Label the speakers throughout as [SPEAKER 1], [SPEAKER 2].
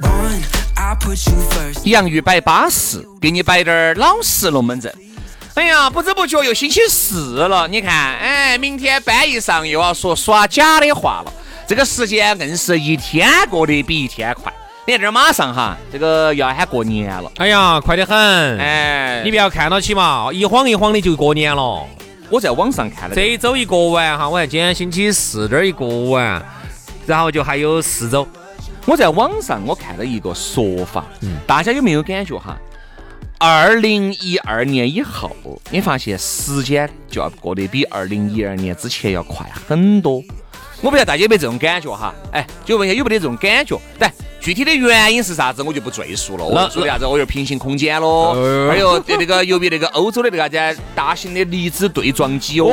[SPEAKER 1] One, I put you first.
[SPEAKER 2] 洋芋摆巴适，给你摆点儿老实龙门阵。哎呀，不知不觉又星期四了，你看，哎，明天班一上又要说耍假的话了。这个时间硬是一天过得比一天快。你看这儿马上哈，这个要喊过年了，
[SPEAKER 3] 哎呀，快得很！
[SPEAKER 2] 哎，
[SPEAKER 3] 你不要看到起嘛，一晃一晃的就过年了。
[SPEAKER 2] 我在网上看了，
[SPEAKER 3] 这一周一过完哈，我看今天星期四，这儿一过完，然后就还有四周。
[SPEAKER 2] 我在网上我看了一个说法，大家有没有感觉哈？二零一二年以后，你发现时间就要过得比二零一二年之前要快很多。我不晓得大家有没有这种感觉哈？哎，就问一下有没得这种感觉？但具体的原因是啥子，我就不赘述了。我说的啥子？我有平行空间喽，还有那呃个由于那个欧洲的那个啥子大型的离子对撞机哦，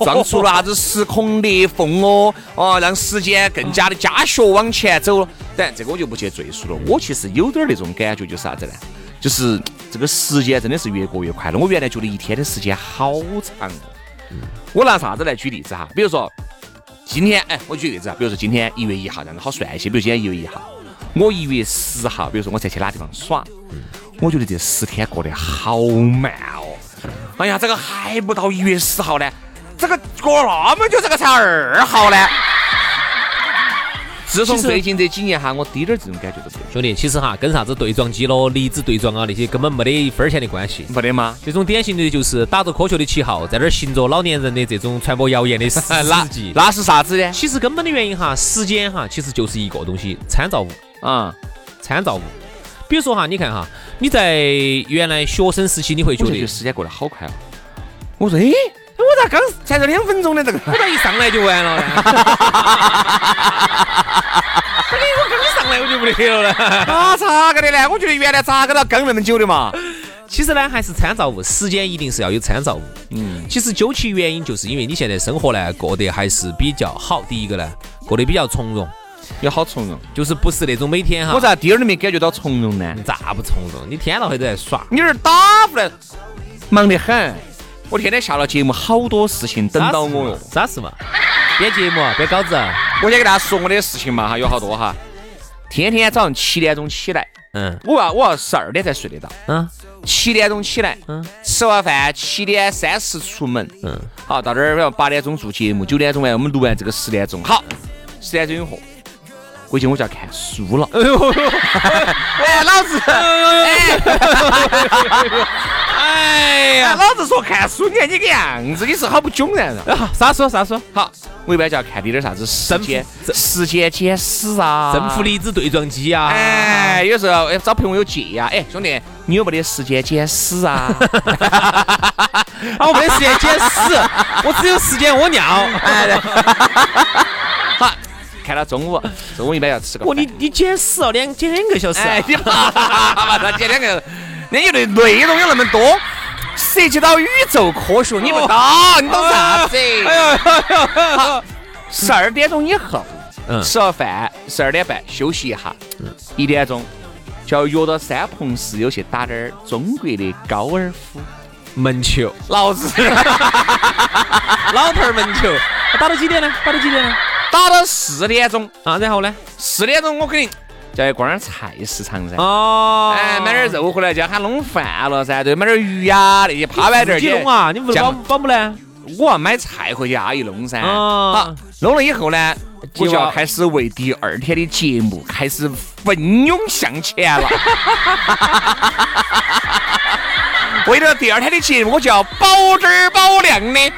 [SPEAKER 2] 撞出了啥子时空裂缝哦，哦，让时间更加的加速往前走了。但这个我就不去赘述了。我其实有点儿那种感觉，就是啥子呢？就是这个时间真的是越过越快了。我原来觉得一天的时间好长哦。我拿啥子来举例子哈？比如说今天，哎，我举个例子啊，比如说今天一月一号，这样子好算一些。比如今天一月一号，我一月十号，比如说我才去哪地方耍，我觉得这十天过得好慢哦。哎呀，这个还不到一月十号呢，这个过那么久，这个才二号呢。自从最近这几年哈，我滴点儿这种感觉都没有。
[SPEAKER 3] 兄弟，其实哈，跟啥子对撞机咯、离子对撞啊那些根本没得一分儿钱的关系。
[SPEAKER 2] 没得吗？
[SPEAKER 3] 这种典型的就是打着科学的旗号，在那儿行着老年人的这种传播 谣言的实
[SPEAKER 2] 哎那
[SPEAKER 3] 际。
[SPEAKER 2] 那是啥子呢？
[SPEAKER 3] 其实根本的原因哈，时间哈，其实就是一个东西，参照物。
[SPEAKER 2] 啊、
[SPEAKER 3] 参照物。比如说哈，你看哈，你在原来学生时期，你会觉
[SPEAKER 2] 我就
[SPEAKER 3] 得
[SPEAKER 2] 觉得时间过得好快哦。我说，哎，我咋刚才这两分钟的这个？
[SPEAKER 3] 不到一上来就完了呢。 我刚上来我就不得了呢。
[SPEAKER 2] 啊，咋个的呢？我觉得原来咋个都要刚那么久的嘛。
[SPEAKER 3] 其实呢，还是参照物，时间一定是要有参照物。
[SPEAKER 2] 嗯，
[SPEAKER 3] 其实究其原因，就是因为你现在生活呢过得还是比较好。第一个呢，过得比较从容，
[SPEAKER 2] 有好从容。
[SPEAKER 3] 就是不是那种每天哈，
[SPEAKER 2] 我咋滴儿都没感觉到从容呢
[SPEAKER 3] 你？咋不从容？你天到黑都在耍。
[SPEAKER 2] 你这儿打不来，忙得很。我天天下了节目，好多事情啊等到我哟。
[SPEAKER 3] 啥事嘛？编节目，啊编稿子，
[SPEAKER 2] 我先给大家说我的事情嘛哈，有好多哈。天天早上七点钟起来，
[SPEAKER 3] 嗯
[SPEAKER 2] 我要我要十二点才睡得到。
[SPEAKER 3] 嗯
[SPEAKER 2] 七点钟起来，
[SPEAKER 3] 嗯
[SPEAKER 2] 吃完饭七点三十出门，
[SPEAKER 3] 嗯，
[SPEAKER 2] 好，到这儿要八点钟做节目，九点钟完我们录完这个十点钟，好，十点钟有货，回去我就要看书了。哎，老子，哎呀，老子说看书，你看你个样子，你是好不囧然啊！
[SPEAKER 3] 啊， 啥说啥说？
[SPEAKER 2] 好，我一般就要看点点啥子时间
[SPEAKER 3] 征服
[SPEAKER 2] 时间简史啊，
[SPEAKER 3] 正负离子对撞机啊，
[SPEAKER 2] 哎，有时候哎找朋友借呀、哎，兄弟，你有没得时间捡屎 啊？
[SPEAKER 3] 啊，我没得时间捡屎， 我只有时间屙尿。
[SPEAKER 2] 哎好，看到中午，中午一般要吃个
[SPEAKER 3] 我
[SPEAKER 2] 饭。
[SPEAKER 3] 哦你你捡屎了两捡两个小时、啊
[SPEAKER 2] 哎，你哈哈哈哈，捡两个，人家的内容有那么多，涉及到宇宙科学，你不懂，你懂啥子？十二点钟以后，
[SPEAKER 3] 嗯
[SPEAKER 2] 吃了饭，十二点半休息一下，一点钟就要约到三朋室友去打点儿中国的高尔夫。
[SPEAKER 3] 门球，
[SPEAKER 2] 老子
[SPEAKER 3] 老头儿门球，啊打到几点呢？打到几点呢？
[SPEAKER 2] 打到四点钟，
[SPEAKER 3] 啊，然后呢？
[SPEAKER 2] 四点钟我肯定就要逛点儿菜市场噻。
[SPEAKER 3] 哦，
[SPEAKER 2] 哎，买点儿肉回来就要喊弄饭了噻，对，买点儿鱼呀那些扒板点
[SPEAKER 3] 自己弄
[SPEAKER 2] 儿。
[SPEAKER 3] 啊，你不是保
[SPEAKER 2] 酱
[SPEAKER 3] 保姆呢？
[SPEAKER 2] 我要买菜回去阿姨弄噻。
[SPEAKER 3] 啊
[SPEAKER 2] 好，弄了以后呢，我就要开始为第二天的节目开始奋勇向前了。 为了第二天的节目，我就要保质儿保量的。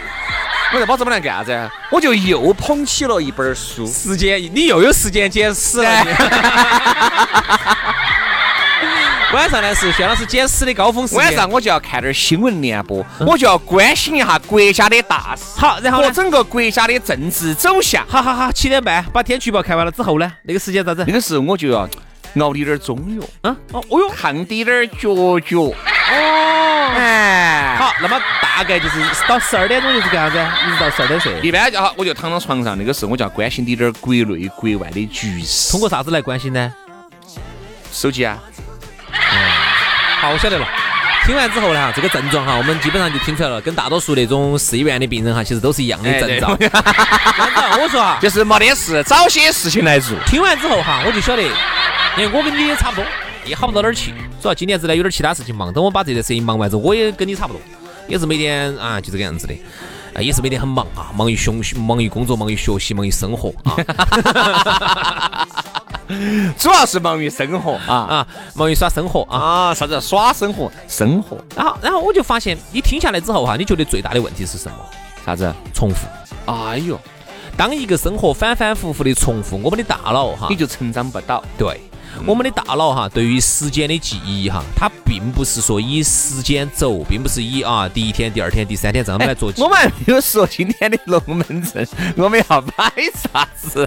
[SPEAKER 2] 我在保质保量干啥子？我就又捧起了一本书。
[SPEAKER 3] 时间，你又有时间捡屎了。 你晚上呢是轩老师捡屎的高峰时间。嗯
[SPEAKER 2] 晚上我就要看点新闻联播，我就要关心一下国家的大事
[SPEAKER 3] 好，然后
[SPEAKER 2] 和
[SPEAKER 3] 呢？
[SPEAKER 2] 整个国家的政治走向。
[SPEAKER 3] 好好好，七点半把天气预报看完了之后呢，那个时间咋子
[SPEAKER 2] 那？个时候我就要熬滴点儿中药，
[SPEAKER 3] 啊，哦，哦哟，
[SPEAKER 2] 烫滴点儿脚脚。
[SPEAKER 3] 哦，
[SPEAKER 2] 哎，
[SPEAKER 3] 好，那么大概就是到十二点钟就是干啥子？一直到十二点睡。
[SPEAKER 2] 一般就好，我就躺到床上，那个时候我就要关心滴点儿国内国外的局势。
[SPEAKER 3] 通过啥子来关心呢？
[SPEAKER 2] 手机啊，
[SPEAKER 3] 好，我晓得了。听完之后呢，哈，这个症状哈，我们基本上就听出来了，跟大多数那种市医院的病人哈，其实都是一样的
[SPEAKER 2] 哎
[SPEAKER 3] 症
[SPEAKER 2] 对
[SPEAKER 3] 状。真 的，我说啊哈，
[SPEAKER 2] 就是没得事，找些事情来 做。
[SPEAKER 3] 听完之后哈，我就晓得，因为我跟你也差不多，也好不到哪儿去。主要今年子呢有点其他事情忙，等我把这件事情忙完之后，我也跟你差不多，也是每天啊就这个样子的，啊也是每天很忙啊，忙于熊，忙于工作，忙于学习，忙于生活啊
[SPEAKER 2] 主要是忙于生活啊
[SPEAKER 3] 啊，忙于耍生活啊。
[SPEAKER 2] 啊，啥子耍生活，生活
[SPEAKER 3] 然后然后我就发现，你听下来之后哈，你觉得最大的问题是什么？
[SPEAKER 2] 啥子？
[SPEAKER 3] 重复。
[SPEAKER 2] 哎呦，
[SPEAKER 3] 当一个生活反反复复的重复，我们的大脑哈
[SPEAKER 2] 你，就成长不到。
[SPEAKER 3] 对，我们的大脑哈，对于时间的记忆哈，它并不是说以时间轴，并不是以啊第一天、第二天、第三天这样来做记
[SPEAKER 2] 我们还没有说今天的龙门阵，我们要摆啥子？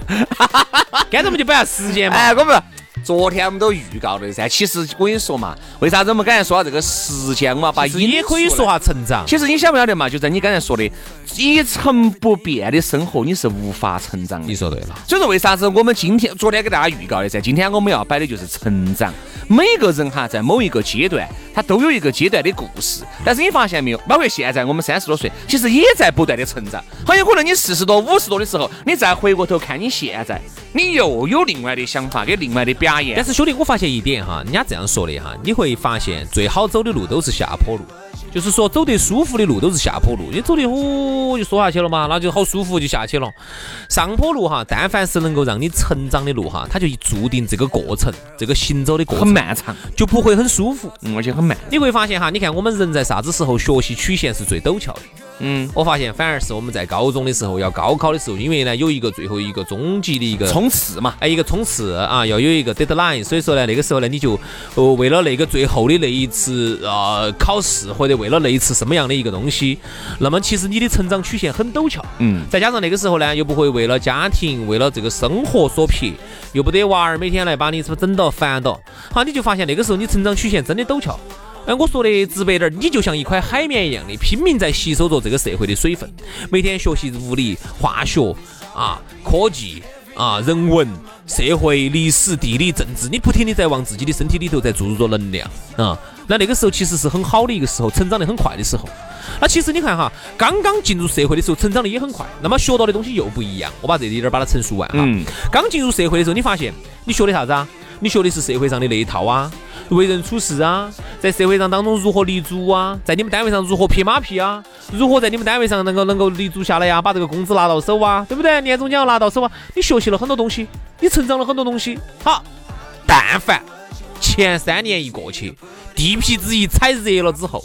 [SPEAKER 3] 干脆我们就摆下时间嘛。
[SPEAKER 2] 哎，我们昨天我们都预告了噻。其实我跟你说嘛，为啥子我们刚才说到这个时间，我要把
[SPEAKER 3] 其实
[SPEAKER 2] 引
[SPEAKER 3] 也可以
[SPEAKER 2] 出来
[SPEAKER 3] 说。下啊成长。
[SPEAKER 2] 其实你晓不晓得嘛？就在你刚才说的一成不变的生活，你是无法成长的
[SPEAKER 3] 你。说对了，
[SPEAKER 2] 所以说，为啥子我们今天、昨天给大家预告的噻？今天我们要摆的就是成长。每个人哈，在某一个阶段，他都有一个阶段的故事。但是你发现没有，包括现在我们三十多岁，其实也在不断的成长。很有可能你四十多、五十多的时候，你再回过头看你现在，你又有另外的想法跟另外的表演
[SPEAKER 3] 但。是兄弟，我发现一点哈，人家这样说的哈，你会发现最好走的路都是下坡路，就是说走得舒服的路都是下坡路，你走得呼就缩下去了嘛，那就好舒服就下去了。上坡路哈，但凡是能够让你成长的路哈，它就注定这个过程，这个行走的过
[SPEAKER 2] 很
[SPEAKER 3] 程
[SPEAKER 2] 漫长，
[SPEAKER 3] 就不会很舒服。
[SPEAKER 2] 嗯，而且很慢。
[SPEAKER 3] 你会发现哈，你看我们人在啥子时候学习曲线是最陡峭的？
[SPEAKER 2] 嗯，
[SPEAKER 3] 我发现反而是我们在高中的时候，要高考的时候，因为呢有一个最后一个终极的一个
[SPEAKER 2] 冲刺嘛，
[SPEAKER 3] 哎，一个冲刺啊，要有一个 deadline，所以说呢，那个时候呢，你就呃为了那个最后的那一次呃考试，或者为了那一次什么样的一个东西，那么其实你的成长曲线很陡峭，
[SPEAKER 2] 嗯，
[SPEAKER 3] 再加上那个时候呢，又不会为了家庭，为了这个生活所迫，又不得娃儿每天来把你是不是整到烦到，好，你就发现那个时候你成长曲线真的陡峭。哎，我说的直白点儿，你就像一块海绵一样的，拼命在吸收着这个社会的水分，每天学习物理、化学啊、科技啊、人文、社会、历史、地理、政治，你不停的在往自己的身体里头在注入着能量啊。那那个时候其实是很好的一个时候，成长得很快的时候。那其实你看哈，刚刚进入社会的时候，成长的也很快，那么学到的东西又不一样。我把这一点儿把它陈述完哈。
[SPEAKER 2] 嗯
[SPEAKER 3] 刚进入社会的时候，你发现你学的啥子啊？你学的是社会上的那一套啊，为人处事啊，在社会上当中如何立足啊，在你们单位上如何拍马屁啊，如何在你们单位上能够能够立足下来呀、把这个工资拿到手啊，对不对？年终奖拿到手啊，你学习了很多东西，你成长了很多东西。好，但凡前三年一过去，地皮子一踩热了之后，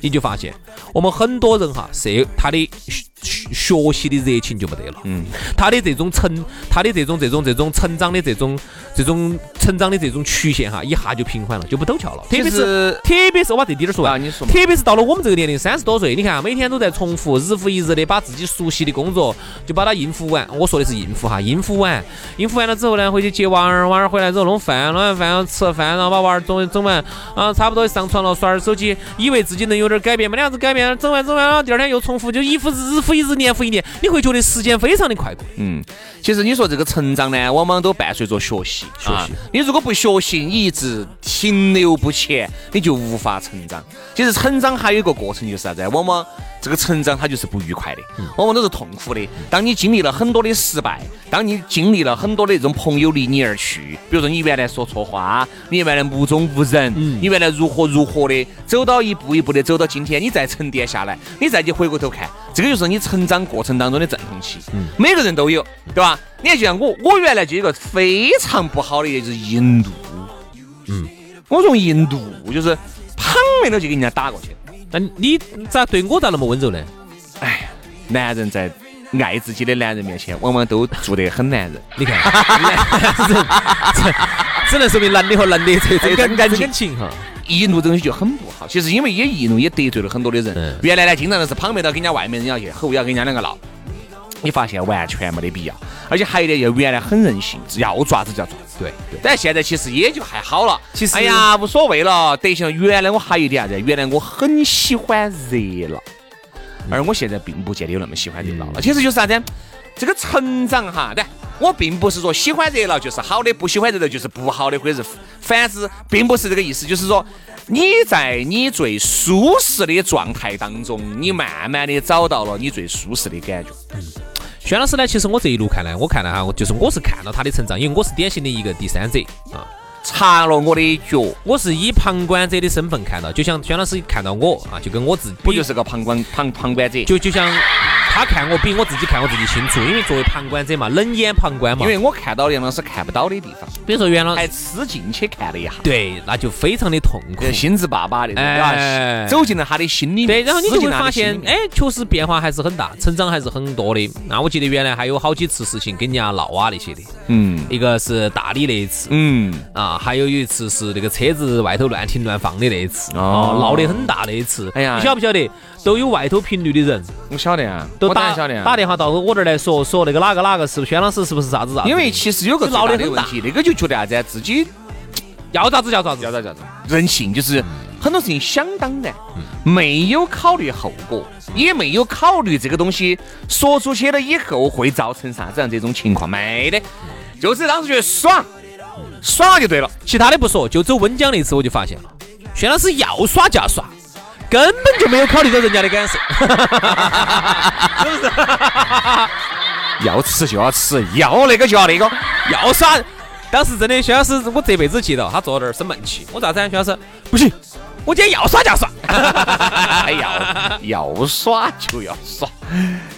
[SPEAKER 3] 你就发现我们很多人哈，社他的学学学习的热情就没得了。
[SPEAKER 2] 嗯，
[SPEAKER 3] 他的这种成，他的这种这种这种成长的这种这种成长的这种曲线哈，一下就平缓了，就不陡峭了。特
[SPEAKER 2] 其
[SPEAKER 3] 别是
[SPEAKER 2] 实
[SPEAKER 3] 特别是我把这点儿说
[SPEAKER 2] 啊，
[SPEAKER 3] 完，
[SPEAKER 2] 你说嘛，
[SPEAKER 3] 特别是到了我们这个年龄，三十多岁，你看每天都在重复，日复一日的把自己熟悉的工作就把它应付完。我说的是应付哈，应付完，应付完了之后呢，回去接娃儿，娃儿回来之后弄饭，弄完饭吃了饭，然后把娃儿整整完，啊，差不多上床了，刷点手机，以为自己能有点改变，没得啥子改变，整完整完了，第二天又重复，就一复日复一日，年复一年，你会觉得时间非常的快过。
[SPEAKER 2] 嗯，其实你说这个成长呢，往往都伴随着学习。
[SPEAKER 3] 学
[SPEAKER 2] 啊
[SPEAKER 3] 习
[SPEAKER 2] 你如果不学习，你一直停留不前，你就无法成长。其实成长还有一个过程就是啥子啊？往往这个成长它就是不愉快的，往往都是痛苦的。当你经历了很多的失败，当你经历了很多的这种朋友离你而去，比如说你原来说错话，你原来目中无人，你原来如何如何的，走到一步一步的走到今天，你再沉淀下来，你再去回过头看，这个就是你成长过程当中的阵痛期，每个人都有，对吧？你看，就像我，我原来就有一个非常不好的，就是淫妒。嗯，我从淫妒就是旁边都就给人家打过去。
[SPEAKER 3] 那你咋对我咋那么温柔呢？
[SPEAKER 2] 哎呀，男人在爱自己的男人面前，往往都做得很男人。
[SPEAKER 3] 你看， 男人只只能说明男的和男的这
[SPEAKER 2] 哎
[SPEAKER 3] 这感感情哈。
[SPEAKER 2] 易怒这东西就很不好。其实因为也易怒，也得罪了很多的人。
[SPEAKER 3] 嗯
[SPEAKER 2] 原来呢，经常都是旁边到跟人家外面人要去吼，要跟人家两个闹。你发现完全没得必要，而且还有一点，就原来很任性，要爪子就要爪子。
[SPEAKER 3] 对对，
[SPEAKER 2] 但现在其实也就还好了。
[SPEAKER 3] 其实
[SPEAKER 2] 哎呀，无所谓了。德行，原来我还有一点啥子？原来我很喜欢热闹，而我现在并不见得有那么喜欢热闹
[SPEAKER 3] 嗯
[SPEAKER 2] 了。其实就是啥子？这个成长哈，但我并不是说喜欢热闹就是好的，不喜欢热闹就是不好的，或者是反之，并不是这个意思。就是说，你在你最舒适的状态当中，你慢慢的找到了你最舒适的感觉。
[SPEAKER 3] 轩老师呢，其实我这一路看来，我看了哈，我就是我是看到他的成长，因为我是典型的一个第三者啊。
[SPEAKER 2] 插了我的脚，
[SPEAKER 3] 我是以旁观者的身份看到，就像轩老师看到我啊，就跟我自己
[SPEAKER 2] 不就是个旁观旁旁观者？
[SPEAKER 3] 就就像他看我比我自己看我自己清楚，因为作为旁观者嘛，冷眼旁观嘛。
[SPEAKER 2] 因为我看到杨老师看不到的地方，
[SPEAKER 3] 比如说袁老
[SPEAKER 2] 还
[SPEAKER 3] 师，
[SPEAKER 2] 吃进去看了一下，
[SPEAKER 3] 对，那就非常的痛苦
[SPEAKER 2] 呃。心之爸爸那种，对
[SPEAKER 3] 嗯哎
[SPEAKER 2] 吧？走进了他的心里面，
[SPEAKER 3] 对，然后你就
[SPEAKER 2] 吃进
[SPEAKER 3] 会
[SPEAKER 2] 了他
[SPEAKER 3] 发
[SPEAKER 2] 的心里
[SPEAKER 3] 现，
[SPEAKER 2] 面
[SPEAKER 3] 哎，确实变化还是很大，成长还是很多的。那我记得原来还有好几次事情跟人家闹啊那些的，
[SPEAKER 2] 嗯
[SPEAKER 3] 一个是大理那一次，
[SPEAKER 2] 嗯，
[SPEAKER 3] 啊，还有一次是那个车子外头乱停乱放的那一次，
[SPEAKER 2] 哦
[SPEAKER 3] 哦，闹得很大那一次。
[SPEAKER 2] 哎呀
[SPEAKER 3] 你晓不晓得？都有外头频率的人
[SPEAKER 2] 我晓得啊，
[SPEAKER 3] 都
[SPEAKER 2] 我当
[SPEAKER 3] 打
[SPEAKER 2] 然晓得啊，
[SPEAKER 3] 打电话到我这儿来说说那个哪个哪个是不是轩老师是不是啥子啥子？
[SPEAKER 2] 因为其实有个最
[SPEAKER 3] 闹
[SPEAKER 2] 大
[SPEAKER 3] 得
[SPEAKER 2] 的
[SPEAKER 3] 很大
[SPEAKER 2] 问题，那个就觉得啥子啊，自己
[SPEAKER 3] 要咋子要咋子
[SPEAKER 2] 叫啥叫啥，
[SPEAKER 3] 嗯
[SPEAKER 2] 人性就是很多事情想当然，没有考虑后果，也没有考虑这个东西说出去了以后会造成啥子样这种情况，没得，
[SPEAKER 3] 嗯
[SPEAKER 2] 就是当时觉得爽，爽了就对了。
[SPEAKER 3] 其他的不说，就走温江那次我就发现了，轩老师要耍就要耍，根本就没有考虑到人家的感受。
[SPEAKER 2] 要吃就要吃，要那个就要那个。
[SPEAKER 3] 要耍，当时真的薛老师，我这辈子记到他坐到那儿生闷气。我咋子啊？薛老师，不行，我今天要耍就要耍。
[SPEAKER 2] 哎呀，要耍就要耍，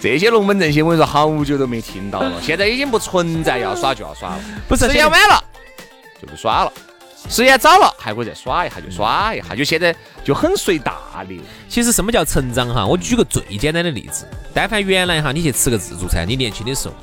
[SPEAKER 2] 这些龙门阵些我跟你说，好久都没听到了，现在已经不存在要耍就要耍了，
[SPEAKER 3] 不是
[SPEAKER 2] 时
[SPEAKER 3] 现在
[SPEAKER 2] 间晚了就不耍了，时间早了还可以再耍一下就耍一下，就现在就很随大流。
[SPEAKER 3] 其实什么叫成长哈？我举个最简单的例子，但凡原来哈，你去吃个自助餐，你年轻的时候，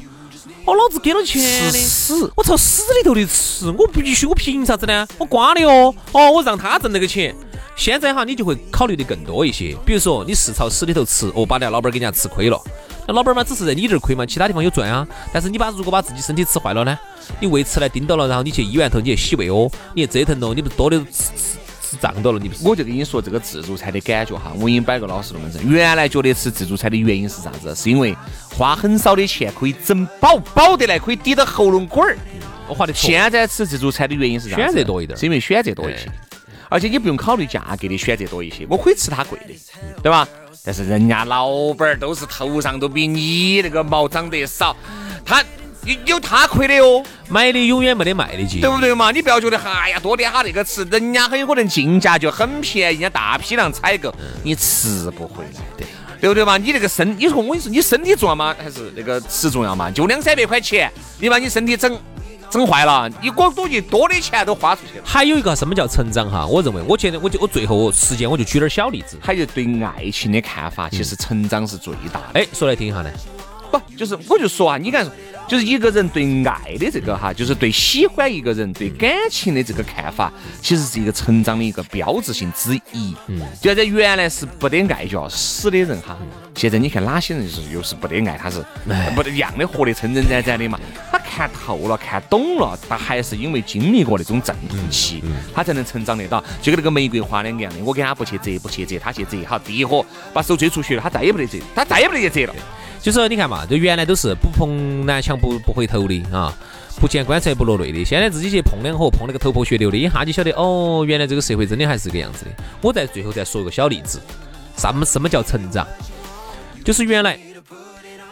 [SPEAKER 3] 哦，老子给了钱的，
[SPEAKER 2] 吃屎
[SPEAKER 3] 我朝死里头的吃，我必须，我凭啥子呢？我瓜的哦，哦，我让他挣那个钱。现在哈，你就会考虑的更多一些，比如说你是朝死里头吃，哦，把人家老板给人家吃亏了，那老板嘛只是在你这儿亏嘛，其他地方有赚啊。但是你把如果把自己身体吃坏了呢，你胃吃来叮到了，然后你去医院头你去洗胃哦，你去折腾哦，你不是多的吃吃吃胀到了，你不是？
[SPEAKER 2] 我就跟你说这个自助餐的感觉哈，我已经摆个老实龙门阵。原来觉得吃自助餐的原因是啥子？是因为花很少的钱可以整饱饱得来，可以抵到喉咙管儿。
[SPEAKER 3] 我花的错。
[SPEAKER 2] 现在吃自助餐的原因是啥子？
[SPEAKER 3] 选择多一点儿哎
[SPEAKER 2] 是因为选择多一些，而且你不用考虑价格的选择多一些，我可以吃它贵的，
[SPEAKER 3] 嗯
[SPEAKER 2] 对吧？但是人家老板儿都是头上都比你那个毛长得少，他有有他亏的哟，
[SPEAKER 3] 买的永远没得卖的急
[SPEAKER 2] 对。不对嘛？你不要觉得哎呀多点哈那个吃，人家很有可能进价就很便宜，人家大批量采购，你吃不回来的。对不对嘛？你那个身，你说我跟你说，你身体重要吗？还是那个吃重要嘛？就两三百块钱，你把你身体整整坏了，你光多去多的钱都花出去了。
[SPEAKER 3] 还有一个什么叫成长哈？我认为，我觉得我就我最后时间我就举点儿小例子。
[SPEAKER 2] 还有对爱情的看法，其实成长是最大的。
[SPEAKER 3] 哎，说来听一下呢。
[SPEAKER 2] 不，就是我就说啊，你看，就是啊一个人对爱的这个哈，就是对喜欢一个人、对感情的这个看法，其实是一个成长的一个标志性之一。嗯，就在原来是不得爱就要死的人哈，现在你看哪些人就是又是不得爱，他是不得一样的活得撑撑展展的嘛。他看透了，看懂了，他还是因为经历过那种阵痛期，他才能成长得到。就跟那个玫瑰花两个样的，我给他不去折，不去折，他去折，好，第一火把手追出血了，他再也不得折，他再也不得去折了。
[SPEAKER 3] 就是你看嘛，就原来都是不碰南墙不不回头的啊，不见棺材不落泪的。现在自己去碰两下，碰了个头破血流的，一下就晓得哦，原来这个社会真的还是这个样子的。我在最后再说一个小例子，什么什么叫成长？就是原来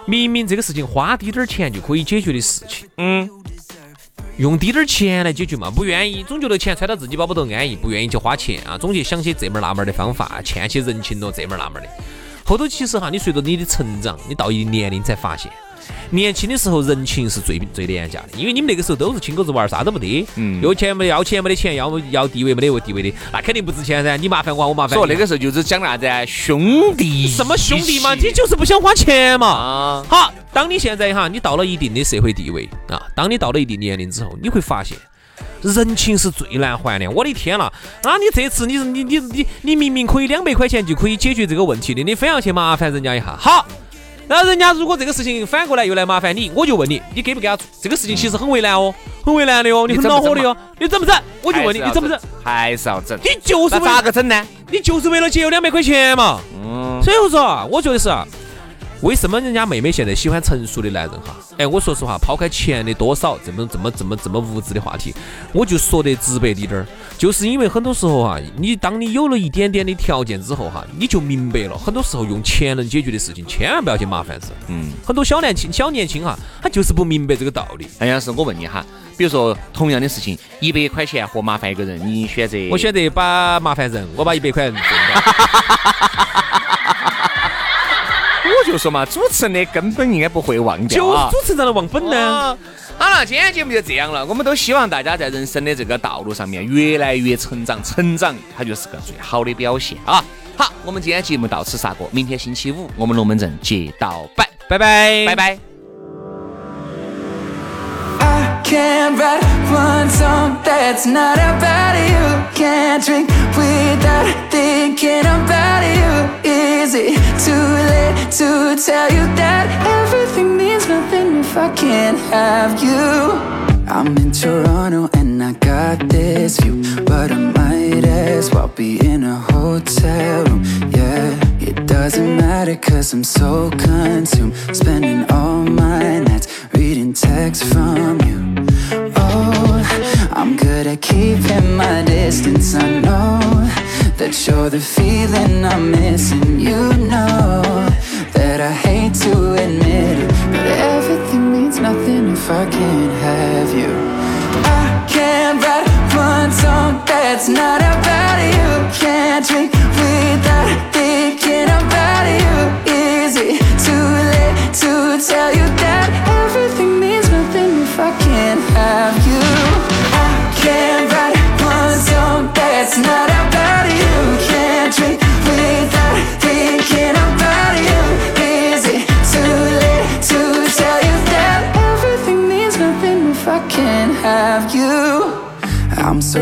[SPEAKER 3] 明明这个事情花滴点儿钱就可以解决的事情，嗯，用滴点儿钱来解决嘛，不愿意，总觉得钱揣到自己包包头安逸，不愿意去花钱啊，总去想些这门儿那门儿的方法，欠些人情咯，这门儿那门儿的。后头其实哈，你随着你的成长，你到一定年龄才发现，年轻的时候人情是最最廉价的，因为你们那个时候都是亲狗子玩儿，啥都没得，
[SPEAKER 2] 嗯
[SPEAKER 3] 有钱没得，要钱没得钱，要么要地位没得地位的，那肯定不值钱噻，你麻烦我，我麻烦你。
[SPEAKER 2] 说那个时候就是讲啥子啊兄弟，
[SPEAKER 3] 什么兄弟嘛，你就是不想花钱嘛。
[SPEAKER 2] 啊，
[SPEAKER 3] 好，当你现在哈，你到了一定的社会地位啊，当你到了一定年龄之后，你会发现。人情是最难还的，我的天呐！啊，你这次你你你你你明明可以两百块钱就可以解决这个问题的，你非要去麻烦人家一下。好，然后人家如果这个事情反过来又来麻烦你，我就问你，你给不给他做？这个事情其实很为难哦，很为难的哦，你
[SPEAKER 2] 你
[SPEAKER 3] 很
[SPEAKER 2] 整
[SPEAKER 3] 恼
[SPEAKER 2] 不
[SPEAKER 3] 火的
[SPEAKER 2] 整
[SPEAKER 3] 哦，你怎么整？我就问你，
[SPEAKER 2] 还是
[SPEAKER 3] 你
[SPEAKER 2] 要
[SPEAKER 3] 怎么整？？
[SPEAKER 2] 还是要整？
[SPEAKER 3] 你就是
[SPEAKER 2] 那
[SPEAKER 3] 为
[SPEAKER 2] 咋个整呢？
[SPEAKER 3] 你就是为了节约两百块钱嘛。
[SPEAKER 2] 嗯，
[SPEAKER 3] 所以我说啊，我觉得是啊，为什么人家妹妹现在喜欢成熟的男人哈？哎，我说实话，抛开钱的多少这么这么这么这么物质的话题，我就说得直白滴点儿，就是因为很多时候哈、你当你有了一点点的条件之后哈、你就明白了，很多时候用钱能解决的事情，千万不要去麻烦事。
[SPEAKER 2] 嗯，
[SPEAKER 3] 很多小年轻小年轻哈、他就是不明白这个道理。
[SPEAKER 2] 那杨老师，哎我问你哈，比如说同样的事情，一百块钱和麻烦一个人，你选择？
[SPEAKER 3] 我选择把麻烦人，我把一百块钱挣到。
[SPEAKER 2] 我就说嘛，主持人的根本应该不会忘
[SPEAKER 3] 就
[SPEAKER 2] 掉啊。
[SPEAKER 3] 主持人的忘本呢。
[SPEAKER 2] 哦好了，今天节目就这样了。我们都希望大家在人生的这个道路上面越来越成长，成长它就是个最好的表现啊！好，我们今天节目到此煞过，明天星期五我们龙门阵接到摆，
[SPEAKER 3] 拜拜，
[SPEAKER 2] 拜。拜。
[SPEAKER 1] I can't write one song that's not about you. Can't drink without thinking about you. Is it too late to tell you that everything means nothing if I can't have you? I'm in Toronto and I got this view, but I might as well be in a hotel room. Yeah, it doesn't matter cause I'm so consumed, spending all my nights reading texts from you. Oh, I'm good at keeping my distance. I know that you're the feeling I'm missing. You know that I hate to admit it, but everything means nothing if I can't have you. I can't write one song that's not about you. Can't drink without thinking about you. Is it too late to tell you that everything means nothing if I can't have you? I can't write one song that's not about you. Can't drink without thinking about you. Is it too late to tell you that everything means nothing if I can't have you? I'm so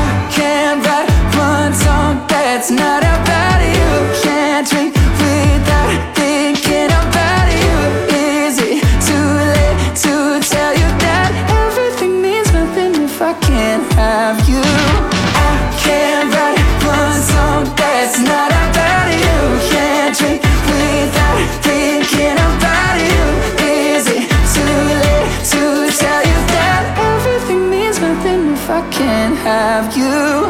[SPEAKER 1] I can't write one song that's not about you. Can't drink without thinking about you. Is it too late to tell you that everything means nothing if I can't have you? I can't write one song that's not about you. Can't drink without thinking about you. Is it too late to tell you that everything means nothing if I can't have you?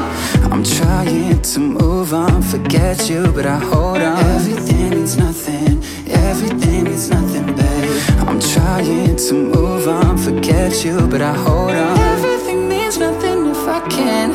[SPEAKER 1] I'm trying to move on, forget you, but I hold on. Everything means nothing. Everything means nothing, babe. I'm trying to move on, forget you, but I hold on. Everything means nothing if I can't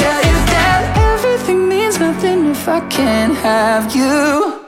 [SPEAKER 1] tell you that everything means nothing if I can't have you?